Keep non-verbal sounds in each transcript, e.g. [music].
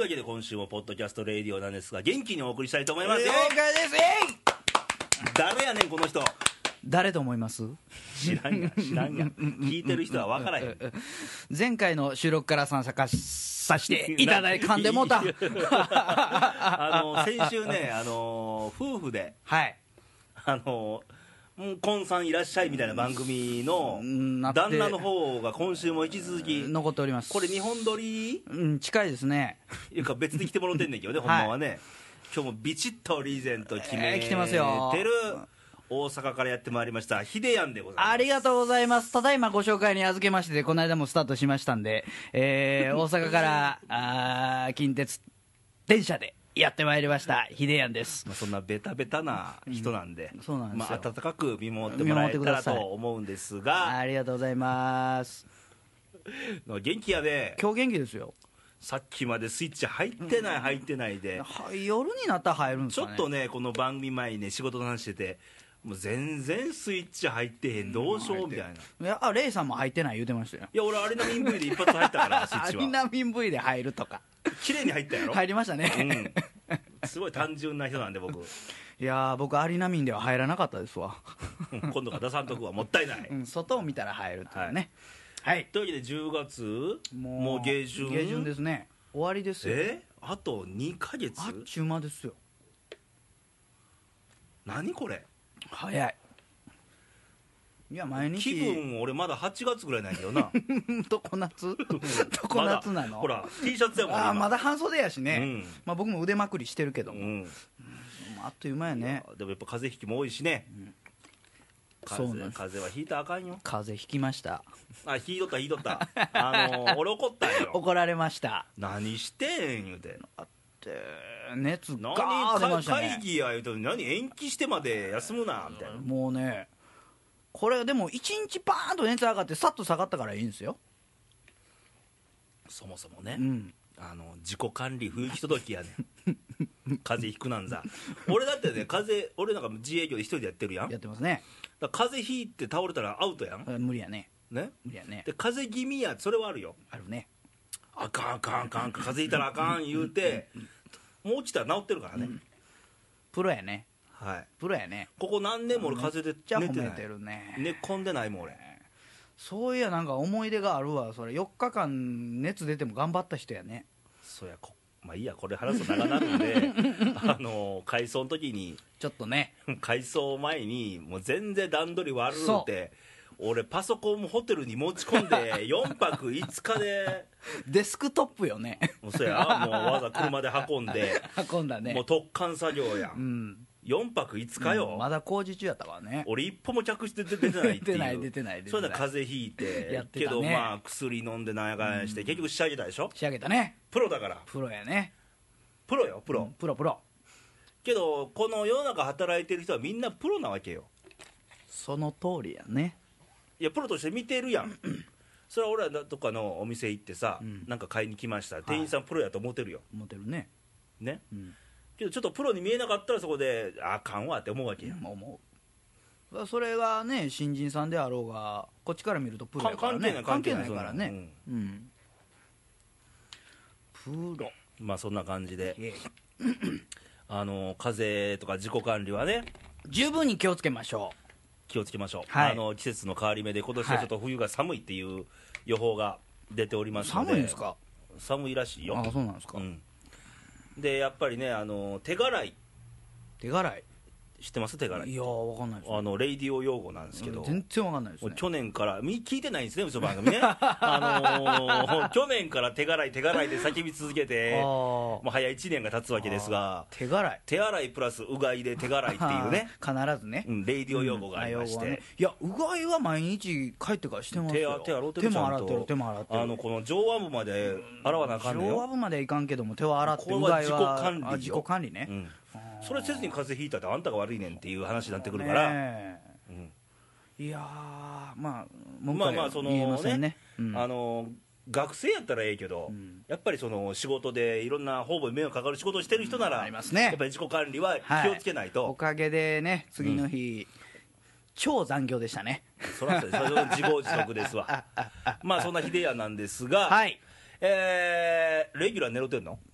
わけで今週もポッドキャストレイディオなんですが元気にお送りしたいと思います、了解ですえい誰やねんこの人誰と思います知らんが知らんが聞いてる人は分からへん前回の収録から参加させていただいて噛んでもうたあの先週ねあの夫婦で [laughs] はいあのうん「婚さんいらっしゃい」みたいな番組のうんなって旦那の方が今週も引き続き残っておりますこれ日本撮りうん近いですねいうか別で来てもらってんねんけ [laughs] どねほんまはね今日もビチッとリーゼント決めえー来てますよてる大阪からやってまいりましたヒデヤンでございますありがとうございます。ただいまご紹介に預けまして、この間もスタートしましたんで、え [laughs] ー大阪から、あー近鉄電車でやってまいりました、ヒデヤンです。まあ、そんなベタベタな人なんで、そうなんですよまあ、温かく見守ってもらえた見守らってくださとい思うんですが、ありがとうございます。元気やで、今日元気ですよ。さっきまでスイッチ入ってない、入ってないで、は夜になったら入るんですちょかね。っとね、この番組前にね、仕事の話してて、もう全然スイッチ入ってへん、どうしようみたいな、いいや、あ、レイさんも入ってない言うてましたよ。や、俺、アリナミン V で一発入った [laughs] から、スイッアチリは、ナミン V で入るとか。綺麗に入ったやろ、入りましたね。うん、すごい単純な人なんで、 [laughs] 僕、いやー、僕アリナミンでは入らなかったですわ。うん今度から出さんとくはもったいない。うん、外を見たら入るとかね。はい。というわけで、10月、もう下旬。下旬ですね。終わりですよ。えあと2ヶ月あっちゅう間ですよ何これ早いいや毎日気 [laughs] 分俺まだ8月ぐらいなんやけどな常 [laughs] 夏常夏まなだのほら T シャツやもんああまだだ半袖やしね、うんまあ、僕も腕まくりしてるけどうも、んあっという間やねでもやっぱ風邪ひきも多いしね風そうなん邪で風す邪はひいたらあかんよ風邪ひきましたあひいとったひいとったあの [laughs] ー俺怒ったんよ怒られました何してん言うてで熱何がー出ま会した会ね議や言うて何延期してまで休むなみたいなもうねこれでも1日バーンと熱上がってさっと下がったからいいんですよ、そもそもねうん、あの自己管理不行き届きやねん風邪ひくなんざ俺だってね風邪俺なんか自営業で一人でやってるやんやってますねだから風邪ひいて倒れたらアウトやん、え無理やねね、無理やねで風邪気味やそれはあるよあるねあかんあかんあかん風邪ひいたらあかん言うてもう落ちたら治ってるからね、プロやねはいプロやねここ何年も俺風邪でじゃあ寝褒てなめいてるね寝込んでないもん俺そういやなんか思い出があるわそれ4日間熱出ても頑張った人やねそうやこまあいいやこれ話すと長なるんで [laughs] あの改装の時にちょっとね改装前にもう全然段取り悪うて俺パソコンもホテルに持ち込ん [laughs] で4泊5日でデスクトップよね [laughs] もうそうやもうわざわざ車で運んで、運んだねもう突貫作業やんうん4泊5日よ、まだ工事中やったからね俺一歩も客して出てないっていう出てない出てない出てないそれで風邪ひいてやってけたねどまあ薬飲んでなんやかんやして、結局仕上げたでしょ仕上げたねプロだからプロやねプロよプロ、うんプロプロけどこの世の中働いてる人はみんなプロなわけよその通りやねいやプロとして見てるや [clears throat] んそれは俺らどっかのお店行ってさ、うんなんか買いに来ました店員さんプロやと思ってるよ、モテるねねうんけどちょっとプロに見えなかったらそこであかんわって思うわけや、思うだそれがね新人さんであろうがこっちから見るとプロかやから関ね係ない関係ないからそんなねうんプロうんまあそんな感じでいえあの風邪とか自己管理はね十分に気をつけましょ気をつけましょう、はいあの季節の変わり目で、今年はちょっと冬が寒いっていう予報が出ておりまうすので、寒いんですか寒いらしいよあ、そうなんですか、うん、でやっぱりね、あの手洗い、手洗い知ってます、手洗い、いやーわかんないですねあのレイディオ用語なんですけど、全然わかんないですもうね去年から、み聞いてないんですね、うちの番組 [laughs] ね、あのー去年から手洗い、手洗いで叫び続けて、あもーう早1年が経つわけですが、手洗い手洗いプラスうがいで手洗いっていうね、あー必ずねうんレイディオ用語がありましうん用語はねて。いやうがいは毎日帰ってからしてます手洗よ手洗うてる手ちゃもん洗とってる手も洗ってるあのこの上腕部まで洗わなあかんの上よ、腕部まではいかんけども手は洗ってこれうはがいは自己管理よあ自己管理ねうん、あーそれせずに風邪ひいたってあんたが悪いねんっていう話になってくるから、ねうんえいやーまあ文句まあはまあその言えませんねねうんあの学生やったらええけど、んやっぱりその仕事でいろんな方々に迷惑かかる仕事をしてる人なら、ありますねやっぱり自己管理ははい気をつけないおと、かげでね次の日超残業でしたねそらそうですそれは自業自得です [laughs] わまあそんな秀也なんですが、はいえーレギュラー狙ってんの [laughs]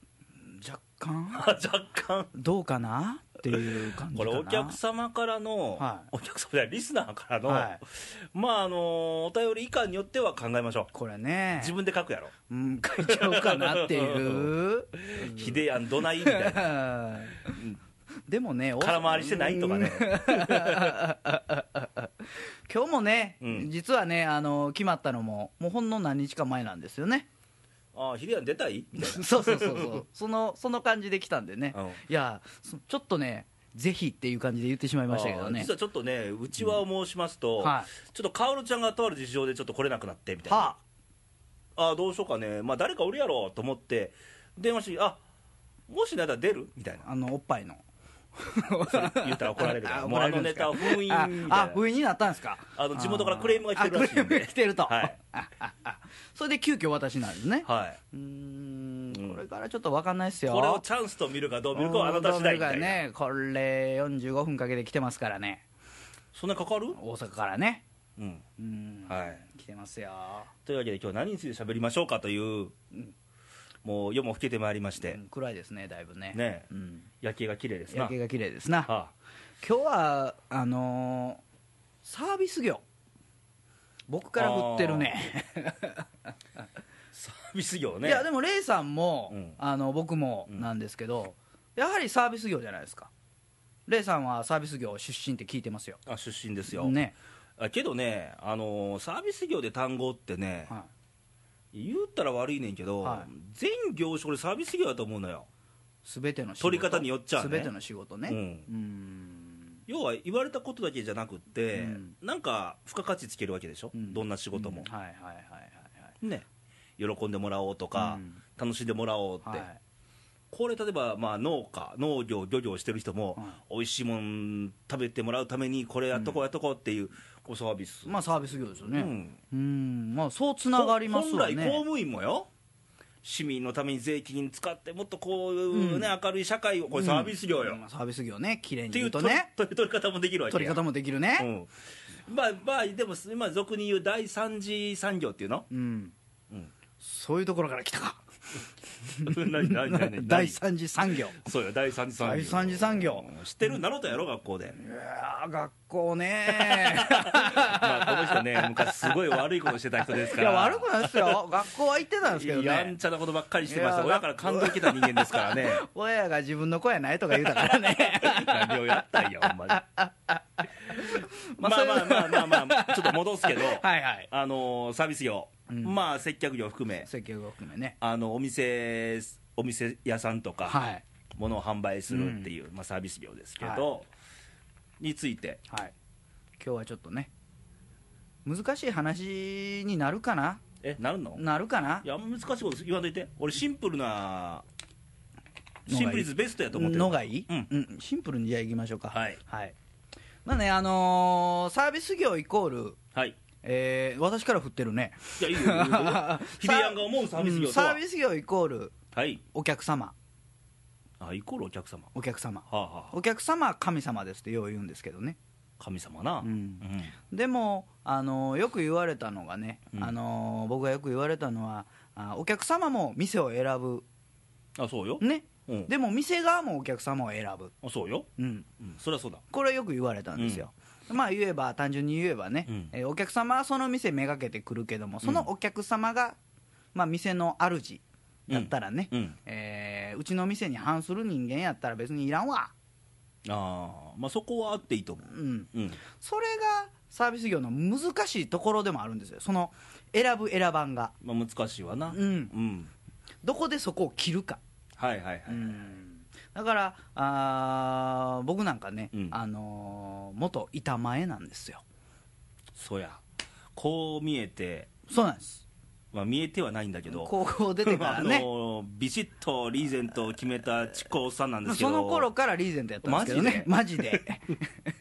干若干どうかなっていう感じこかれなお客様からの、はいお客様じゃないリスナーからの、はいまああのお便り以下によっては考えましょうこれね自分で書くやろうん書いちゃおうかなっ [laughs] ていう「ひでやんどない」みたい [laughs] なでもねお空回りしてないとかね今日もね、うん実はねあの決まったのももうほんの何日か前なんですよ [laughs] ね「あひでやん出たい?」みたいそうそうそうそう [laughs] そのその感じで来たんでね、うんいやそちょっとねぜひっていう感じで言ってしまいなましたけどあね実はちょっとねうちわを申しますと、はちょっとカオルちゃんがとある事情でちょっと来れなくなってみたいな、はああどうしようかねまあ誰かおるやろうと思って電話して「あもしなら出る?」みたいなあ、あのおっぱいのそれ言ったら怒られるかあら [laughs] 怒もうらあれのるんでネすかタを封印みたあいなあ不意になったんですかあの地元からクレームが来てるらしいんであクレームが来てると、はいあああ [laughs] それで急遽私なんですね、はい、うーんうんこれからちょっと分かんないですよこれをチャンスと見るかどう見るかはあなた次第みたいな、ねこれ45分かけて来てますからねそんなかかる大阪からねうんうん、はい来てますよというわけで今日は何について喋りましょうかという、もう夜も更けてまいりまして、うん暗いですねだいぶねねえうん、夜景が綺麗ですな夜景が綺麗ですな、は今日はあのーサービス業僕から振ってるね、あ、サービス業ねいやでもレイさんも、うんあの僕もうんなんですけど、やはりサービス業じゃないですかレイさんはサービス業出身って聞いてますよあ出身ですよ、ね、あけどね、あのーサービス業で単語ってね、は言ったら悪いねんけど、は全業種これサービス業だと思うのよい、全ての仕事取り方によっちゃね全ての仕事ねううんーん要は言われたことだけじゃなくって、うんなんか付加価値つけるわけでしょ、うんどんな仕事もう、んはいはいはいはいはいね喜んでもらおうとか、うん楽しんでもらおうって、はいこれ例えば、まあ、農家農業漁業してる人も、はい美味しいもん食べてもらうためにこれやっとこうやっとこうっていうこうサービス、まあサービス業ですようね、ん、うん、まあそうつながりますわね。本来公務員もよ市民のために税金使ってもっとこういうね、明るい社会をこれサービス業よ、うんサービス業ね、綺麗っにてい言ううととね、という取り方もできるわけ取り方ももできるね。うん、まあまあでも今俗に言う第三次産業っていうの [laughs] うん、うんそういうところから来たか。何何何何 [laughs] 第三次産業。そうよ第三次産業第三次産業うん知ってるなろうとやろ学校で、いやー学校ねまあ、この人ね昔すごい悪いことしてた人ですいからや悪くないですよ。学校は行ってたんですけどやねん。ちゃなことばっかりしてましいたや親から感動を受けた人間ですからね親が自分の子やないとか言うたか [laughs] らね。何をやったんやほんまにまあそういうまあまあまあまあ、ちょっと戻すけど、はいはい。あのーサービス業、うんまあ接客業含め、設計を含めね。あのお店お店屋さんとか、はい物を販売するっていう、まあ、サービス業ですけど、について、はい。今日はちょっとね、難しい話になるかな、え、なるのなるかな。いや、あんま難しいこと言わんといて、俺、シンプルな、のがいいシンプルイズベストやと思ってるのがいい、うんシンプルにじゃあいきましょうかはいまあねあのーサービス業イコール、はい、えー私から振ってるねいや、いいよいいよ、い [laughs] いよヒデヤンが思うサービス業うんとサは、ービス業イコールはい、お客様あイコールお客様、はお客様あ、はあ、お客様は神様ですってよう言うんですけどね神様な、うんでも、あのーよく言われたのがね、うんあのー僕がよく言われたのはあお客様も店を選ぶうんあ、そうよ、ねうん、でも店側もお客様を選ぶ、あそうよ、うん、うん、そりゃそうだ。これはよく言われたんですよ、まあ言えば単純に言えばね、うんえーお客様はその店めがけてくるけどもそのお客様が、まあ、店の主だったらね、ううんえーうちの店に反する人間やったら別にいらんわ、ああまあそこはあっていいと思ううん、うんそれがサービス業の難しいところでもあるんですよその選ぶ選ばんが、まあ難しいわなううん、ん、どこでそこを切るか、はいはいはい、うんだからあー僕なんかね、うんあのー元板前なんですよそうやこう見えてそうなんですまあ見えてはないんだけど [laughs] 高校出てか [laughs] らあねのビシッとリーゼントを決めたちっこおっさんなんですけどその頃からリーゼントやったんですけどねマジで [laughs]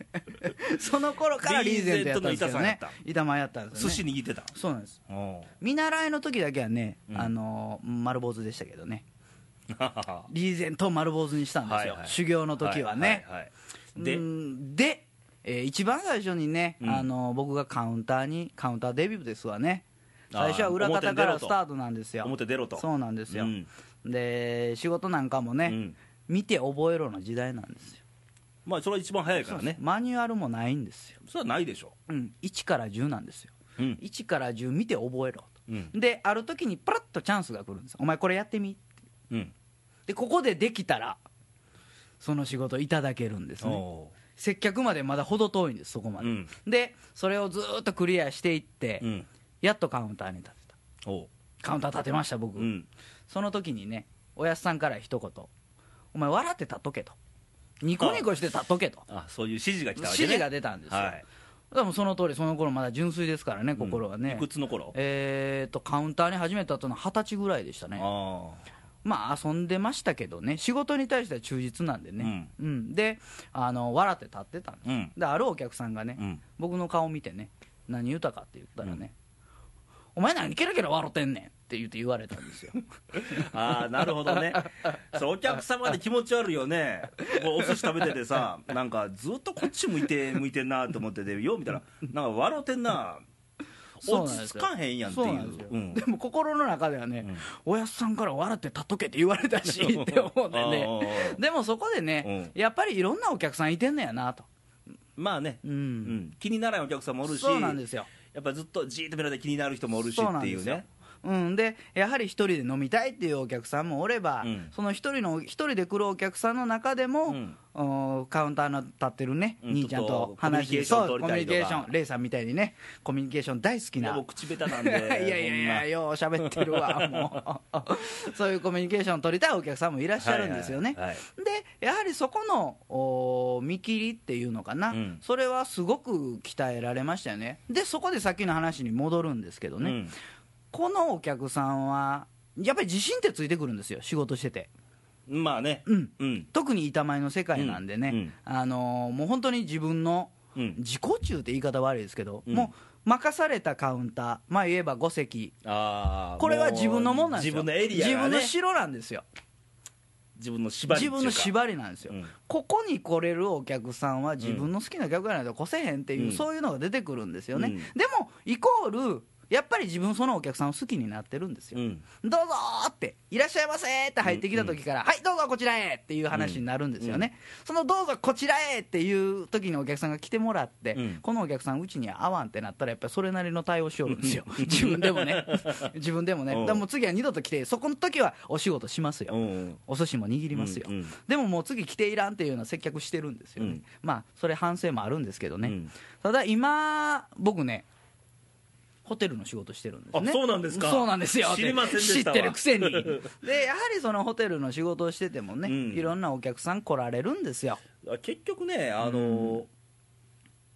その頃からリーゼントやったんでリーゼントすけどねの板さんや板前やったんです寿よ司ね握ってたそうなんです [laughs] おう見習いの時だけはね、うんあのー丸坊主でしたけどねはリーゼントを丸坊主にしたんですよ、いい修行の時はね、いいはいで、うんでえー一番最初にね、うんあのー僕がカウンターにカウンターデビューですわね最初は裏あー表方にか出ろらとスタートなんですよ表出ろとそうなんですよ、うんで仕事なんかもね、うん見て覚えろの時代なんですよまあそれは一番早いからねマニュアルもないんですよ、それはないでしょうん、1から10なんですようん1から10見て覚えろとうんである時にパラッとチャンスが来るんですお前これやってみうんでここでできたらその仕事いただけるんですねお接客までまだ程遠いんですそこまで、うんでそれをずーっとクリアしていって、ーうんやっとカウンターに立てたおうカウンター立てました僕、うんその時にねおやっさんから一言「お前笑って立っとけ」と「ニコニコして立っとけ」とあそういう指示が来たわ指けね示が出たんですよ、はいでもその通りその頃まだ純粋ですからねうん心はね、いくつの頃えーとカウンターに始めたとの二十歳ぐらいでしたねああまあ遊んでましたけどね仕事に対しては忠実なんでね、うんであの笑って立ってたんです、うんであるお客さんがね、うん僕の顔見てね何言うたかって言ったらね、お前何ケラケラ笑ってんねんって言って言われたんですよああなるほどねそうお客様で気持ち悪いよねこうお寿司食べててさなんかずっとこっち向いて向いてんなと思っててよう見たらなんか笑ってんなそう落なんでちす着よかへんやんっていそううなんですようんでも心の中ではね、おやっさんから笑って立っとけって言われた [laughs] しって思うんでねあーでもそこでね、やっぱりいろんなお客さんいてんのやなと、まあね、うんうん気にならないお客さんもおるしそうなんですよやっぱずっとじーっと見られて気になる人もおるしそうなっんてでいすうよねうん、でやはり一人で飲みたいっていうお客さんもおれば、うんその一人の一人で来るお客さんの中でも、うんおカウンターの立ってるね、うん兄ちゃんちょっとと話しコミュニケーションそう取りコミたュいニとかケーションレイさんみたいにねコミュニケーション大好きな僕口下手なんで [laughs] いやいやいやよう喋って [laughs] るわもう [laughs] そういうコミュニケーション取りたいお客さんもいらっしゃるんですよね、はいはいはいでやはりそこのおー見切りっていうのかな、うんそれはすごく鍛えられましたよねでそこでさっきの話に戻るんですけどほんね、まこのお客さんはやっぱり自信ってついてくるんですよ仕事しててうんまあねうんうん特に板前の世界なんでね、うんうんあのーもう本当に自分のうん自己中って言い方悪いですけど、うんもう任されたカウンターまあ言えば5席あーこれは自分のもんなんですよもう自分のエリアが、ね、自分の城なんですよ自分の縛りってい自うか分の縛りなんですよ、うんここに来れるお客さんは自分の好きな客がないと来せへんっていう、うんそういうのが出てくるんですよね、うんでもイコールやっぱり自分そのお客さんを好きになってるんですよ、うんどうぞーって、いらっしゃいませーって入ってきた時から、はい、どうぞこちらへっていう話になるんですよね、そのどうぞこちらへっていう時にお客さんが来てもらって、うんこのお客さん、うちに合わんってなったら、やっぱりそれなりの対応しよるんですよ、自分で [laughs] もね、自分でもね、うんだからもう次は二度と来て、そこの時はお仕事しますよ、うんお寿司も握りますよ、うんうんでももう次来ていらんっていうような接客してるんですよね、うんまあ、それ、反省もあるんですけどね、うんただ今、僕ね、ホテルの仕事してるんですね。あそうなんですかそうなんですよ。知りませんでしたわ知ってるく [laughs] せに。で、やはりそのホテルの仕事をしててもね、うんいろんなお客さん来られるんですよ。結局ねあのー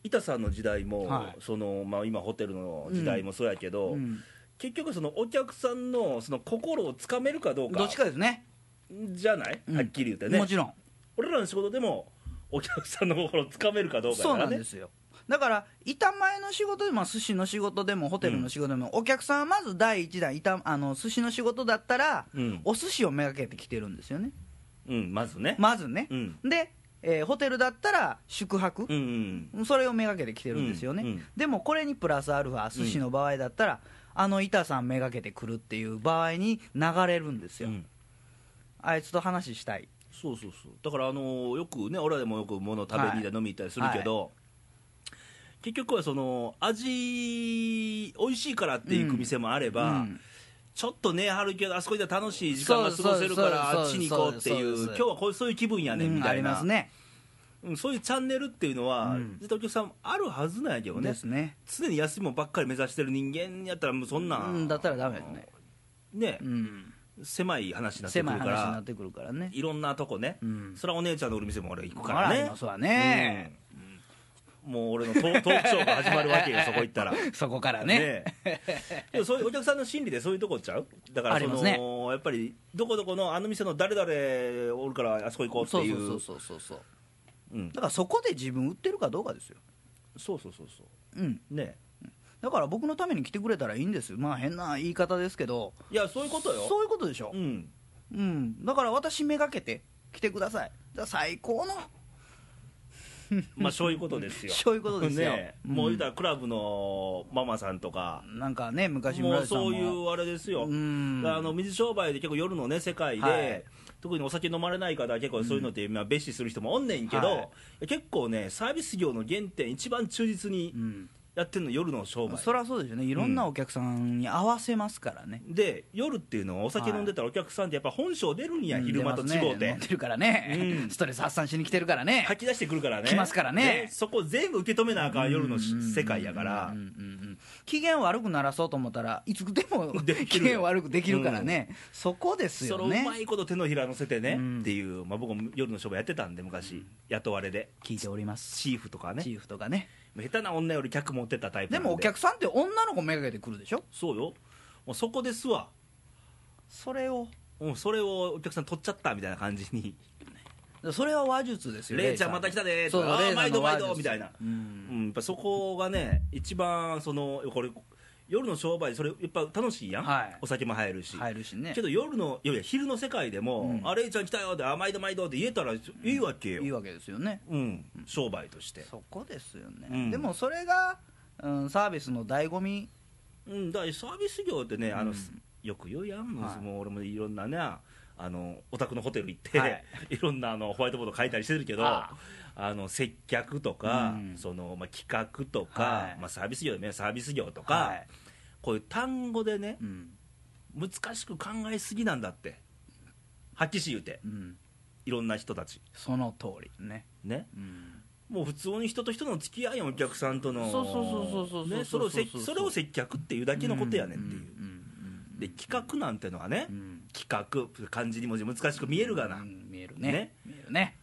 板さんの時代も、はいそのまあ、今ホテルの時代もそうやけど、うん結局そのお客さんのその心をつかめるかどうかどっちかですね。じゃない、うんはっきり言ってねもちろん。俺らの仕事でもお客さんの心をつかめるかどうかそやかうならんでねすよ。だから板前の仕事でも寿司の仕事でもホテルの仕事でも、お客さんはまず第一弾板あの寿司の仕事だったら、うんお寿司をめがけてきてるんですよねうんまずね、まずねう、んで、えーホテルだったら宿泊う、んうんそれをめがけてきてるんですよね、うんうんでもこれにプラスアルファ寿司の場合だったら、あの板さんめがけてくるっていう場合に流れるんですうよ、んあいつと話したいそうそうそうだからあのーよくね俺らでもよく物を食べに行ったり飲みに行ったりするけど、結局はその味美味しいからって行く店もあれば、うんちょっとねはるけどあそこ行ったら楽しい時間が過ごせるからそうそうそうそうあっちに行こうっていそううそう今日はこうそういう気分やねうんみあたりいな、ますねうんそういうチャンネルっていうのは、うん絶対お客さんあるはずなんやけどねですね常に休みもばっかり目指してる人間やったらもうそんな、うんだったらダメですね、ねうん、狭い話になってく狭るいか話にならってくるからねいろんなとこね、うんそれはお姉ちゃんのお店も俺行くからあらあねりますわね、うんもう俺のトートークショーが始まるわけよ [laughs] そこ行ったらそこからねえでもそういうお客さんの心理でそういうとこちゃうだからそありまの、すねやっぱりどこどこのあの店の誰々おるからあそこ行こうってそういそううそうそうそうそううんだからそこで自分売ってるかどうかですよそうそうそうそうんうねだから僕のために来てくれたらいいんですよまあ変な言い方ですけどいやそういうことよそういうことでしょ、うんうん、だから私めがけて来てください、だから最高のまあそういうことですよそういうことですよねうんもう言うたらクラブのママさんとか、なんかね昔も村う井さんそもういうあれですよ、うんあの水商売で結構夜の、ね、世界で、はい特にお酒飲まれない方は結構そういうのって、まあ、蔑視する人もおんねんけど、は結構ね、サービス業の原点、一番忠実にうんやってるの、夜の商売。そりゃそうですよねいろんなお客さんに合わせますからね、で夜っていうのはお酒飲んでたらお客さんってやっぱ本性出るんや、うん昼間と違う出ますねて、飲んでるからね、うんストレス発散しに来てるからね、吐き出してくるからね来ますからねそこ全部受け止めなあかん夜のし世界やからうんうんうんうん機嫌悪くならそうと思ったらいつでもできるよ機嫌悪くできるからね、そこですそれよをうねまいこと手のひら乗せてね、うんっていう、まあ、僕も夜の商売やってたんで昔、雇われで聞いておりますチーフとかねチーフとかね下手な女より客持ってったタイプでなんもお客さんって女の子めがけてくるでしょそうよもうそこですわそれをもうそれをお客さん取っちゃったみたいな感じにそれは話術「ですよレイちゃんさまた来たで」とそうかレあーイさん毎度の話毎度」術みたいな、ううんん、やっぱそこがね一番そのこれ夜の商売それやっぱ楽しいやん、はいお酒も入るし、入るしねけど夜のいやいや昼の世界でも「うんあレイちゃん来たよ」って「あ毎度毎度」って言えたらいいわけよ、いいわけですよねうん、商売として、そこですよね、うんでもそれが、うん、サービスの醍醐味うん、だからサービス業ってね、あのうんよく言うやん、はいもう俺もいろんなね、あのお宅のホテル行って、はい [laughs] い、ろんなあのホワイトボード書いたりしてるけど、ああの接客とか、うんそのまあ、企画とか、はいまあ、サービス業でもいいやサービス業とか、はいこういう単語でね、うん難しく考えすぎなんだって、はっきし言うて、うん、いろんな人たち、その通りね、ね、うんもう普通に人と人の付き合いやん、お客さんとの、そうそうそうそうそうそうねそれを接それを接客っていうだけのことやねんっていう。んで企画なんてのはね、うんうん企画漢字に文字難しく見えるがな、うん見えるねね見えるね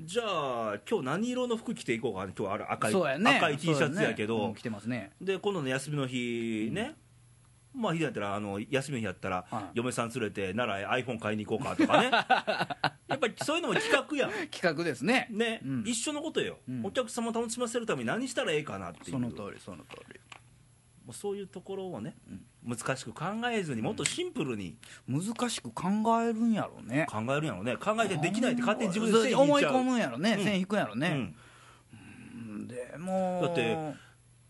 じゃあ今日何色の服着ていこうかな今日あれ赤い、そうやね赤い T シャツやけそうど、ねうん着てますねで今度の休みの日ね、まあひだやったらあの休みの日やったら、はい嫁さん連れて奈良へ iPhone 買いに行こうかとか [laughs] ねやっぱりそういうのも企画やん企画ですねね、うん一緒のことよ、うんお客様を楽しませるために何したらええかなっていうその通りその通りもうそういうところをね、難しく考えずにもっとシンプルに難しく考えるんやろうね考えるんやろね考えてできないって勝手に自分で線引いちゃう思い込むんやろねうん線引くんやろうねんでもだって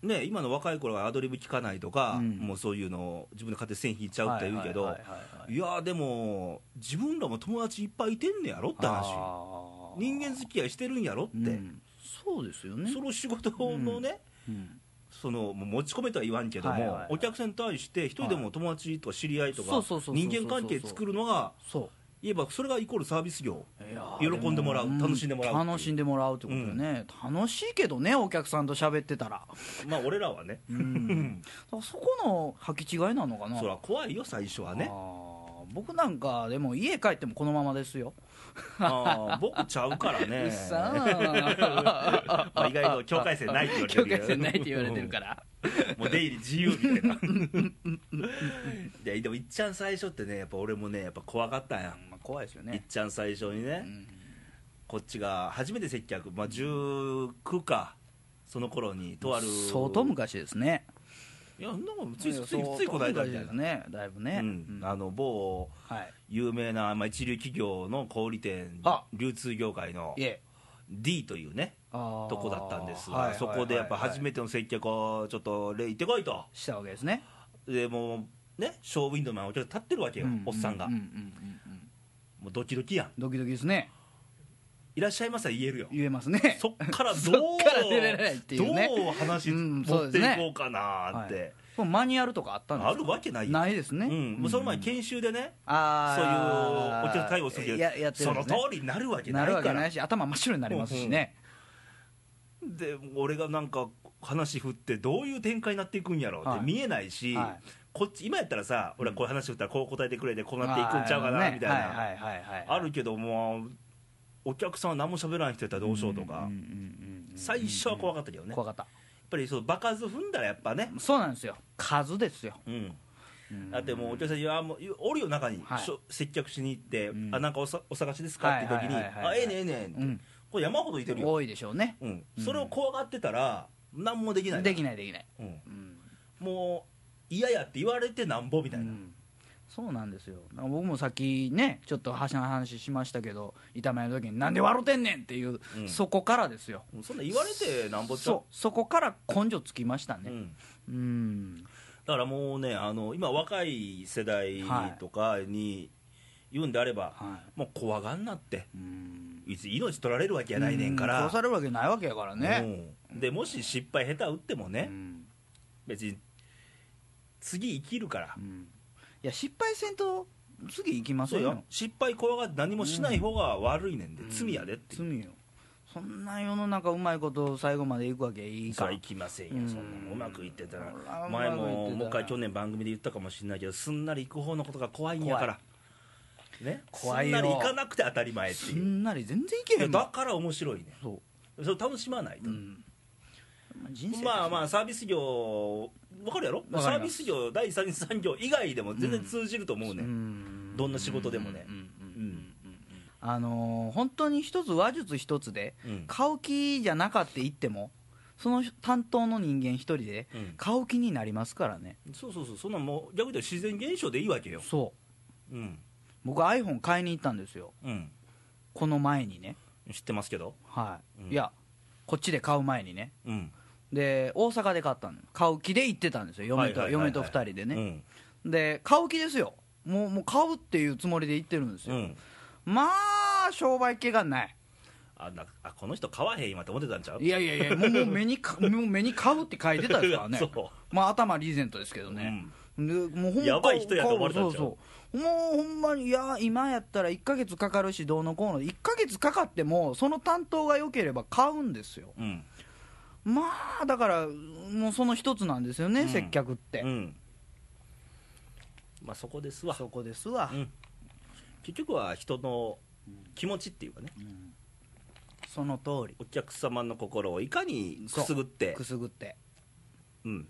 ね、今の若い頃はアドリブ聞かないとか、うんもうそういうのを自分で勝手に線引いちゃうって言うけど、いはいはいはいはいやーでも自分らも友達いっぱいいてんねやろって話あー人間付き合いしてるんやろって、うんそうですよねその仕事のね、うんそのもう持ち込めとは言わんけども、はいはいはいお客さんに対して一人でも友達とか知り合いとか、そうそうそうそうそう人間関係作るのがそう言えばそれがイコールサービス業いや喜ーんでもらう楽しんでもらうっていう楽しんでもらうってことよね、楽しいけどねお客さんと喋ってたらまあ俺らはね、うん [laughs] だからそこの履き違いなのかなそら怖いよ最初はねあー僕なんかでも家帰ってもこのままですよあー僕ちゃうから [laughs] うね [laughs] っさーまあ、意外と境界線ないって言われてるけど [laughs] 境界線ないって言われてるからもう出入り自由みたいな [laughs] ででもいっちゃん最初ってねやっぱ俺もねやっぱ怖かったんや、まあ怖いですよいっねちゃん最初にね、んこっちが初めて接客まあ19かその頃にとある相当昔ですねいやなんかついついつい相つい当答えた昔みたいでな、すねだいぶね、ううんん、あの某はい有名な、まあ、一流企業の小売店あ流通業界のいえ D というねあーとこだったんですが、はいはいそこでやっぱはい初めての接客をちょっとレイ行ってこいと、したわけですねでもうねショーウィンドウの前にお客さん立ってるわけよ、うおっさんが、ううんうんうんもうドキドキやんドキドキですねいらっしゃいませは言えるよ言えますねそっからどう [laughs] そっから出れないっていうねどう話う持んっていそうですこねうかなーって、はい、マニュアルとかあったんですかあるわけないよないですね、うん、もうその前に研修でね、そういうあおー客さん対応するけど、ややってるそんでのす通ねりになるわけなないるわかけならいし頭真っ白になりますしね、で俺がなんか話振ってどういう展開になっていくんやろうって、はい見えないし、はこっち今やったらさ俺はこういう話振ったらこう答えてくれてこうなっていくんちゃうかなみたいな、はいはいはいはいはいあるけどもお客さんは何も喋らない人やったらどうしようとか、んんうんうん最初は怖かったけどね、やっ怖かったぱりそう場数踏んだらやっぱね、そうなんですよ数ですよ、うん、うんだってもうお客さんにあもうおるよ中に、はいしょ接客しに行って、うんあなんかおさお探しですかって時に、はいはいはいはいあええねええねえって、うんこれ山ほどいてるよ、多いでしょうねうんうんそれを怖がってたら何もできないできない、ないできない、うんうんもう嫌やって言われてなんぼみたいな、うんそうなんですよなんか僕もさっきねちょっと話の話しましたけど炒めの時に「なんで笑うてんねん!」っていう、うんそこからですよそんな言われてなんぼちゃうそうそこから根性つきましたうねんうん、だからもうねあの今若い世代とかに言うんであれば、はもう怖がんなっていうんいつ命取られるわけやないねんかうら殺されるわけないわけやからね、うんでもし失敗下手打ってもうね、ん別に次生きるからう、んいや失敗せんと次行きまそせうんよよ失敗怖がって何もしない方が悪いねんで、罪やでっていう、罪よそんな世の中うまいこと最後までいくわけいいそかららいきませんよ、そんなもんうまくいってたら、うん前うもまくいってたらもう一回去年番組で言ったかもしれないけどすんなり行く方のことが怖いんやからね怖いよすんなり行かなくて当たり前ってすいうんなり全然いけいへやんだから面白いねそそれ楽しまないと、う、うん、人生まあまああサービス業わかるやろわサかりますービス業第三次産業以外でも全然通じると思うね、んどんな仕事でもねうんうんうんうんあのー本当に一つ話術一つでうん買う気じゃなかって言ってもその担当の人間一人でうん買う気になりますからね、そうそうそうそんなんもう逆に言うと自然現象でいいわけよそううん僕 iPhone 買いに行ったんですようんこの前にね知ってますけどはい、うんいやこっちで買う前にねうんで大阪で買ったの買う気で行ってたんですよ嫁と,、はいはいはいはい嫁と2人でね、ねで買う気ですよもうもう買うっていうつもりで行ってるんですうん、よ、まあ商売気がないあなあこの人買わへん今って思ってたんちゃういやいやいやもうもう目にか [laughs] もう目に買うって書いてたですからねそまあ頭リーゼントですけどね、でもうほんまやばい人やと思われたんそちゃううそうもうほんまにいや今やったら1ヶ月かかるしどうのこうの1ヶ月かかってもその担当が良ければ買うんですようんまあだからもうその一つなんですよね、うん接客って、うんまあそこですわそこですわ、うん結局は人の気持ちっていうかねその通りお客様の心をいかにくすぐってくすぐってうん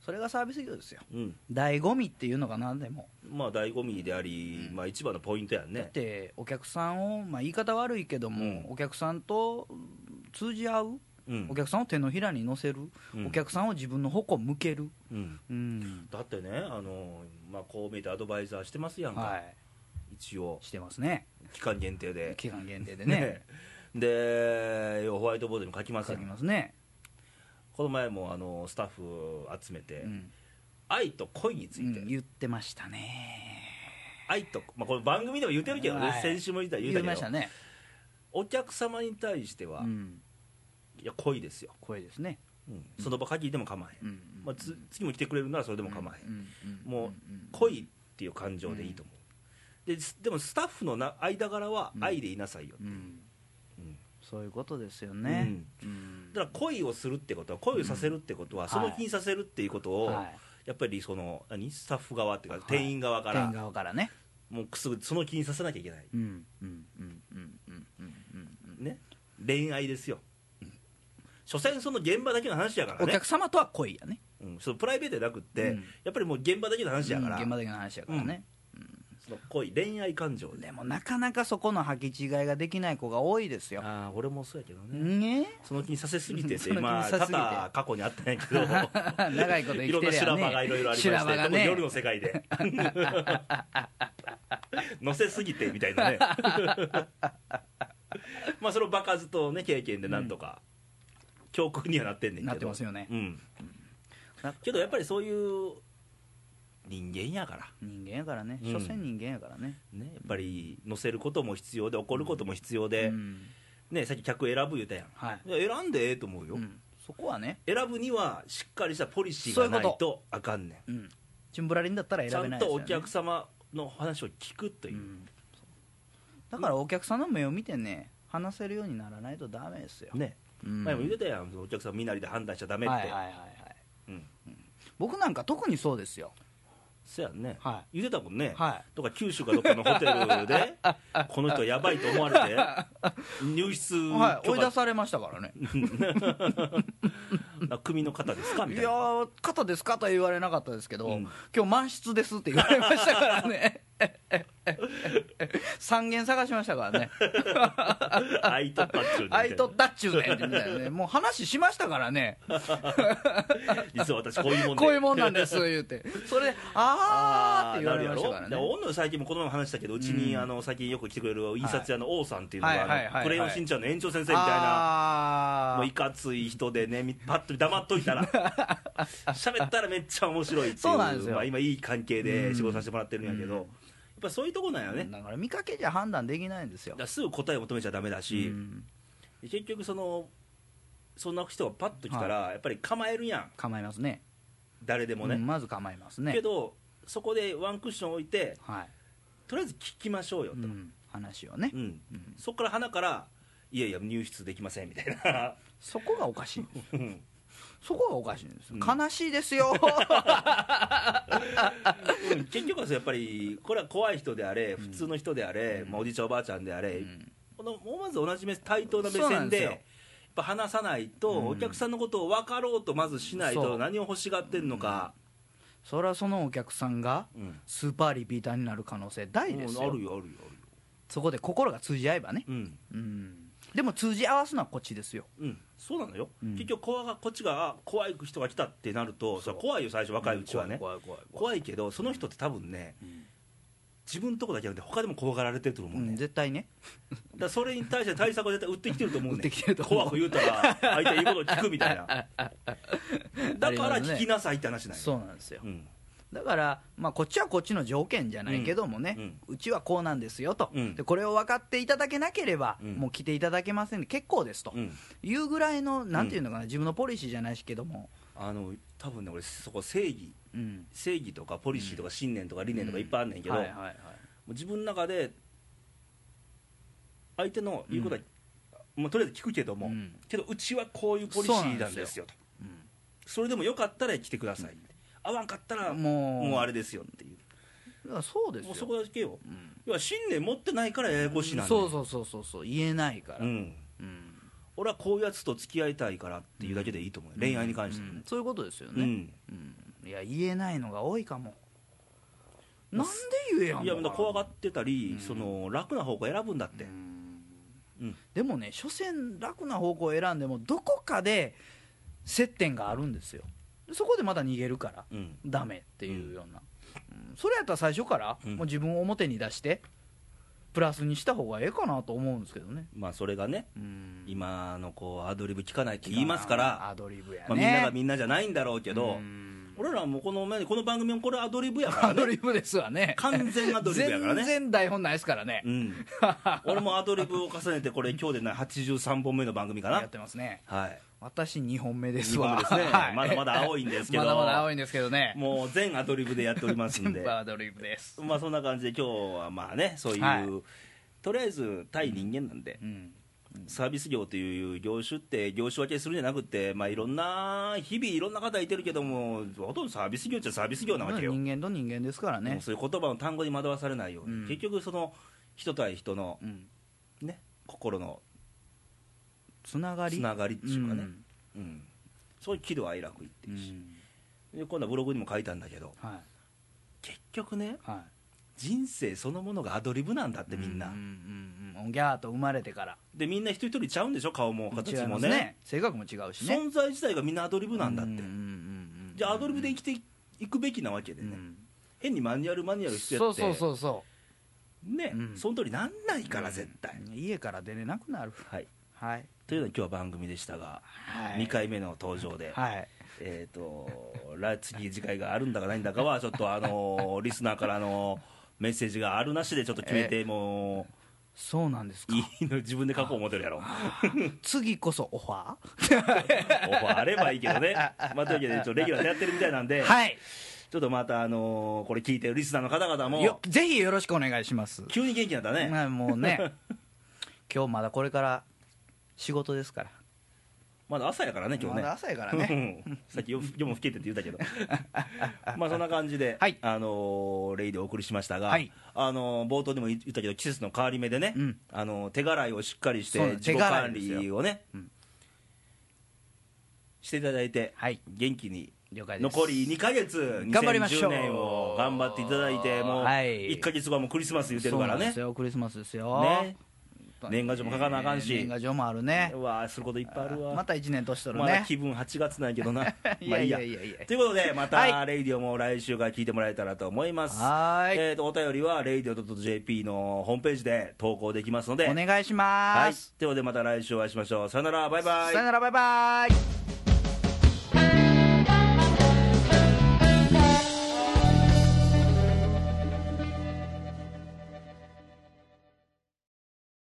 それがサービス業ですようん醍醐味っていうのかなでも、まあ醍醐味であり、まあ一番のポイントやんだっねてお客さんを、まあ、言い方悪いけども、うんお客さんとうん通じ合ううんお客さんを手のひらに乗せる、うんお客さんを自分の矛向ける、うんうんだってねあの、まあ、こう見えてアドバイザーしてますやんか、はい一応してますね期間限定で期間限定でね [laughs] でホワイトボードにも書きます書やきんますね、この前もあのスタッフ集めて、うん愛と恋について、うん言ってましたね愛と、まあ、この番組でも言ってるけどね、はい先週も言った言言ういたまけしど、たね、お客様に対しては、うん、いや恋ですよ、声ですね、その場限りでも構えへん、うんまあ、つ次も来てくれるならそれでも構えへん、うんうんもう恋っていう感情でいいと思う、ですでもスタッフのな間柄は愛でいなさいよ、うんうんそういうことですよね、うんだから恋をするってことは恋をさせるってことは、んその気にさせるっていうことを、はいやっぱりその何スタッフ側っていうか、はい店員側から天側からねもうくすぐその気にさせなきゃいけない、うんうんうんうんうんうんうんね恋愛ですよ所詮その現場だけの話やからおね客、様とは恋やねうん、そのプライベートじゃなくって、うんやっぱりもう現場だけの話やから、うん現場的な話やからね、その恋恋愛感情ででもなかなかそこの履き違いができない子が多いですよああ俺もそうやけどね、ねその気にさせすぎててうん [laughs] その気にまさあせすぎ多て々過去にあったんやけ [laughs] ど長いことい生ろきんてなり修ゃ羅場がねいろいろありまして、修羅場が特に夜のね世界 [laughs] で乗せすぎてみたいなね [laughs] まあそれを場数とね経験でなんとか、教訓にはなってんねんけどなってますよねうんなけどやっぱりそういう人間やから人間やからねうん所詮人間やからねねやっぱり乗せることも必要で怒ることも必要で、うんねさっき客選ぶ言うたやんはいいや選んでええと思うよ、うんそこはね選ぶにはしっかりしたポリシーがなそういいうことあかんねんうんチンブラリンだったらち選ゃべなんいでとすよおね客様の話を聞くというう、んだからお客さんの目を見てね話せるようにならないとダメですよねうん前も言ってたやん、お客さん身なりで判断しちゃダメって、はいはいはいはいうん、僕なんか特にそうですよそやんね、は言ってたもんね、はとか九州かどっかのホテル [laughs] で、この人やばいと思われて、入室い、はい、許追い出可、されましたからね組の方ですかみいたいやな、ー肩ですかとは言われなかったですけど、うん今日満室ですって言われましたからね [laughs] 三軒探しましたか [laughs] らね空いとったっちゅうねん「あいとったっちゅうねん」みたいなねもう話しましたからね実は私こういうもんでこういうもんなんです言うてそれで「あー」って言われましたかならるやろでね大野最近もこの前も話したけどうちに、あの最近よく来てくれる印刷屋の王さんっていうのが、はいはいあのはいクレヨンしんちゃんの園長先生みたいなあもーういかつい人でねみパッと黙っとい [laughs] たら喋ったらめっちゃ面白いっていうそうなんですよまあ、今いい関係で仕事させてもらってるんやけど、やっぱそういうとこなんよね、だだから見かけじゃ判断できないんですよからすぐ答え求めちゃダメだし、うん結局そのそんな人がパッと来たら、やっぱり構えるやん構えますね誰でもね、うんまず構えますねけどそこでワンクッション置いてはいとりあえず聞きましょうよと、うん話をねうんそこから花からいやいや入室できませんみたいなそこがおかしいんですうんそこがおかしいんですうん悲しいですよ [laughs] 結局はやっぱりこれは怖い人であれ普通の人であれ、まあ、おじいちゃんおばあちゃんであれ、んこのもうまず同じ目対等な目そうなん線でですよやっぱ話さないと、うんお客さんのことを分かろうとまずしないそとう何を欲しがってんのか、 [laughs] それはそのお客さんがうんスーパーリピーターになる可能性大ですうんあよるよあるよあるよ、そこで心が通じ合えばねうんうんでも通じ合わすのはこっちですようん、そうなのよ、うん結局怖がこっちがあ怖い人が来たってなるとそれは怖いよ最初若いうちはね、怖い怖い怖い怖いけどその人って多分ね、自分のとこだけじゃなくて他でも怖がられてると思ううね、だんか絶対ねらそれに対して対策を絶対打ってきてると思うね打ってきてると思う怖く言うたら相手言うことを聞くみ [laughs] たいなだからありますね聞きなさいって話なんよそうなんですようんだから、まあ、こっちはこっちの条件じゃないけどもね、ううんうんちはこうなんですよと、うんでこれを分かっていただけなければ、うんもう来ていただけませんで、結構ですと、うんいうぐらいの、なんていうのかな、自分のポリシーじゃないしけども、あの多分ね俺そこ正義うん、正義とかポリシーとか信念とか理念とかいっぱいあんねんけど、はいはいもはいう自分の中で相手の言うことは、もうとりあえず聞くけども、うんけどうちはこういうポリシーなんですよとうんそれでもよかったら来てください、合わんかったらももうう、あれですよっていうだからそうですもようそこだけようん要は信念持ってないからややこしいなそううそうそうそうそう、言えないから、うんん俺はこういうやつと付き合いたいからっていうだけでいいと思う、恋愛に関してうもんそういうことですようん、ね、うんいや、言えないのが多いかも、なんで言えやんのいやだから怖がっってたり、その楽な方が選ぶんだって、うんでもね、所詮楽な方向を選んでも、どこかで接点があるんですよ、そこでまた逃げるから、うんダメっていうような、うんそれやったら最初から、うんもう自分を表に出して、プラスにした方がええかなと思うんですけどね、まあそれがねうん今のこうアドリブ聞かないって言いますから、アドリブやね、まあ、みんながみんなじゃないんだろうけど、うん俺らもこの前この番組もこれアドリブやかアらドねリブですわね、完全アドリブやからね全然台本ないですからねう、ん、俺もアドリブを重ねて、これ、今日でな83本目の番組かやなっ、てますね、はい、私、2本目です2本わ、目ですね、はいまだまだ青いんですけど、まだまだ青いんですけどね、もう全アドリブでやっておりますん全 [laughs] で部、アドリブです。まあそんな感じで、今日はまあね、そういう、はいとりあえず対人間なんでう、んサービス業という業種って、業種分けするんじゃなくて、まあ、いろんな、日々いろんな方いてるけども、ほとんどサービス業っちゃサービス業なわけよ。人間と人間ですからもねう、そういう言葉の単語に惑わされないように、うん結局その人対人のうんね心のつながりつながりっていうかね、んうん、そういう喜怒哀楽言ってうるし、んで今度はブログにも書いたんだけどはい結局ねは人生そのものがアドリブなんだっいてみんな、ううんうんギャーと生まれてからでみんな一人一人ちゃうんでしょ顔も形違いまもねすね性格も違うしね存在自体がみんなアドリブなんだって、うううんうんじゃあアドリブで生きていいくべきなわけでうね、ん変にマニュアルマニュアルしてやそっうてそうそうそね、うんその通りなんないうから絶対、うん家から出れなくなるはいはいというのが今日は番組でしたが、はい2回目の登場で、はいえっ、とら次次回があるんだかないんだかはちょっとあのーリスナーからのメッセージがあるなしでちょっと決めて、もそうなんですうかいいの自分で書こう思ってるやろオフ次こそオファァーあればいいけどねまあというわけでちょっとレギュラーでやってるみたいなんで、ーはいちょっとまたあのーこれ聞いてるリスナーの方々よもぜひよろしくお願いします急に元気になったね、まあもう [laughs] ね今日まだこれから仕事ですからまだ朝やからね今日まねだ朝やからねうんさっき夜夜も更けてって言った [laughs] けどまあそんな感じで、はいあのーレイでお送りしましたが、はいあのー冒頭でも言ったけど季節の変わり目でね、うんあのー手洗いをしっかりしそうてなん自己手洗管いですよ理をね、うんしていただいて、はい元気に了解です残り2か月、頑張りまし2010ょう年を頑張っていただいて、もうはい1か月後はもうクリスマス言ってるそうかならんでねす、よクリスマスですよね年賀状も書かなあかんしえー年賀状もあるねうわーすることいっぱいあるわ、また1年年取るまだね気分8月なんやけどな、まあいいや。 [laughs] いやいやいやいやということで、また、はレイディオも来週から聞いてもらえたらと思います。はーいえーと、お便りは、レイディオ .jp のホームページで投稿できますので、お願いしまはいす。ということで、また来週お会いしましょう。さよなら、バイバイさよ。ならバイバイ